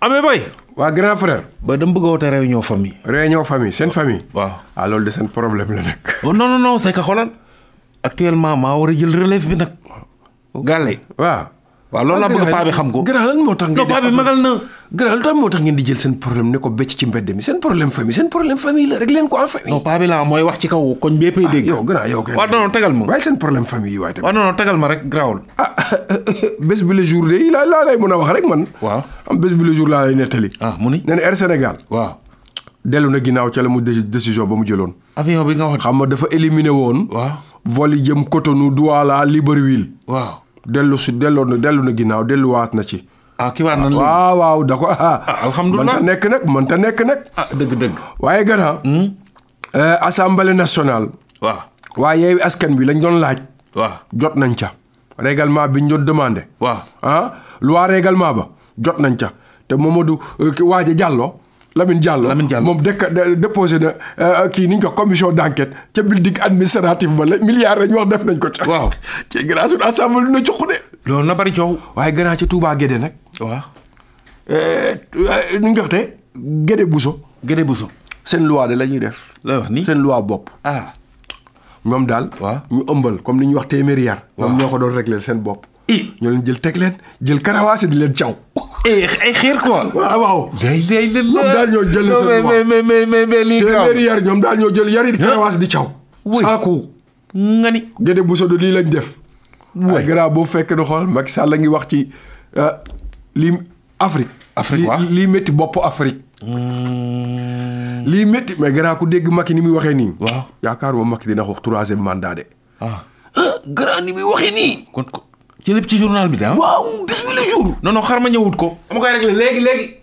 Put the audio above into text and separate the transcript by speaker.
Speaker 1: Amé Boy.
Speaker 2: waa grand frère.
Speaker 1: ba dama bëgg a woote réunion famille.
Speaker 2: réunion famille seen famille.
Speaker 1: waaw.
Speaker 2: ah loolu de seen problème la nag.
Speaker 1: Oh, non non non c'est que xoolal actuellement maa war a jël relève bi nag. gàlle.
Speaker 2: waaw.
Speaker 1: waaw loolu laa bëgg paa bi xam ko.
Speaker 2: grand lan moo tax ngeen
Speaker 1: non
Speaker 2: di
Speaker 1: paa bi magal na.
Speaker 2: grand lan moo tax ngeen di jël seen problème ne ko becc ci mbedd mi seen problème famille seen problème famille la rek leen ko en famille.
Speaker 1: non paa bi laa mooy wax ci kaw koñ bépp ay dégg.
Speaker 2: yow grand yow kay.
Speaker 1: waaw non non tegal ma.
Speaker 2: waaye seen problème famille yi waaye tamit.
Speaker 1: waaw Ah. Oh, non non tegal ma rek grawul.
Speaker 2: ah bés bi le jour de yi laa laa lay mën a wax rek man.
Speaker 1: waaw.
Speaker 2: am bés bi le jour laa lay nettali.
Speaker 1: ah mu ni.
Speaker 2: nee na Air Sénégal.
Speaker 1: waaw.
Speaker 2: dellu na ginnaaw ca la mu dé- décision ba mu jëloon.
Speaker 1: avion bi nga wax.
Speaker 2: xam nga dafa éliminé woon.
Speaker 1: waaw.
Speaker 2: vol yi jëm Cotonou Douala Libreville.
Speaker 1: waaw.
Speaker 2: dellu si delloo na dellu na ginnaaw delluwaat na ci.
Speaker 1: ah kibaar nan la.
Speaker 2: waaw waaw da ko ah.
Speaker 1: alhamdulillah.
Speaker 2: mënta nekk nag mënta nekk nag.
Speaker 1: ah dëgg dëgg.
Speaker 2: waaye gannaaw.
Speaker 1: Hmm?
Speaker 2: assemblée nationale.
Speaker 1: waaw.
Speaker 2: waaye yeewi askan bi lañ doon laaj.
Speaker 1: waaw.
Speaker 2: jot nañ ca. règlement bi ñu doon demandé.
Speaker 1: waaw.
Speaker 2: ah loi règlement ba jot nañ ca te Mamadou euh, ki waaja Diallo Lamine Diallo
Speaker 1: Lamine Diallo.
Speaker 2: moom dëkk de- déposé na euh, kii ni ñu ko commission d'enquête ca building administratif ba la milliard lañ wax def nañ ko ca
Speaker 1: Waaw.
Speaker 2: ci gannaaw suñu assemblée dina cuq de
Speaker 1: loolu na bari coow.
Speaker 2: waaye gannaaw ci Touba Gédé nag
Speaker 1: waaw.
Speaker 2: ni Eh, ñu ko waxtee Gédé Bousso
Speaker 1: Gédé Bousso.
Speaker 2: seen loi de la ñuy def
Speaker 1: lay wax nii.
Speaker 2: seen loi bopp
Speaker 1: ah.
Speaker 2: ñoom daal
Speaker 1: Waaw.
Speaker 2: ñu ëmbal comme ni ñuy wax téeméeri yar ñoom ñoo ko doon réglé seen bopp
Speaker 1: i.
Speaker 2: ñoo leen jël teg leen jël karawaase di leen caw
Speaker 1: eh ay xeer quoi.
Speaker 2: waaw waaw
Speaker 1: day day day.
Speaker 2: Ñoom daal ñoo jël
Speaker 1: non
Speaker 2: seen
Speaker 1: mais mais mais mais mais lii
Speaker 2: téeméeri
Speaker 1: grave.
Speaker 2: yar ñoom daal ñoo jël yari di karawaas di caw
Speaker 1: Oui.
Speaker 2: saaku
Speaker 1: nga ni.
Speaker 2: gédé bu sodo lii lañ def ay gannaaw boo fekk na xool Macky Sall la ngi wax ci euh, lii Afrique
Speaker 1: Afrique,
Speaker 2: lii-
Speaker 1: waaw.
Speaker 2: lii métti bopp Afrique lii métti mais gannaaw ku dégg Macky ni muy waxee nii
Speaker 1: Waaw.
Speaker 2: yaakaaruma Macky dina wax troisième mandat de
Speaker 1: ah
Speaker 2: gannaaw ni muy waxee nii
Speaker 1: kon ko. ci lépp ci journal bi ah? daal.
Speaker 2: waaw bis bi le jour
Speaker 1: non non xar ma ñëwut ko. dama koy réglé léegi léegi.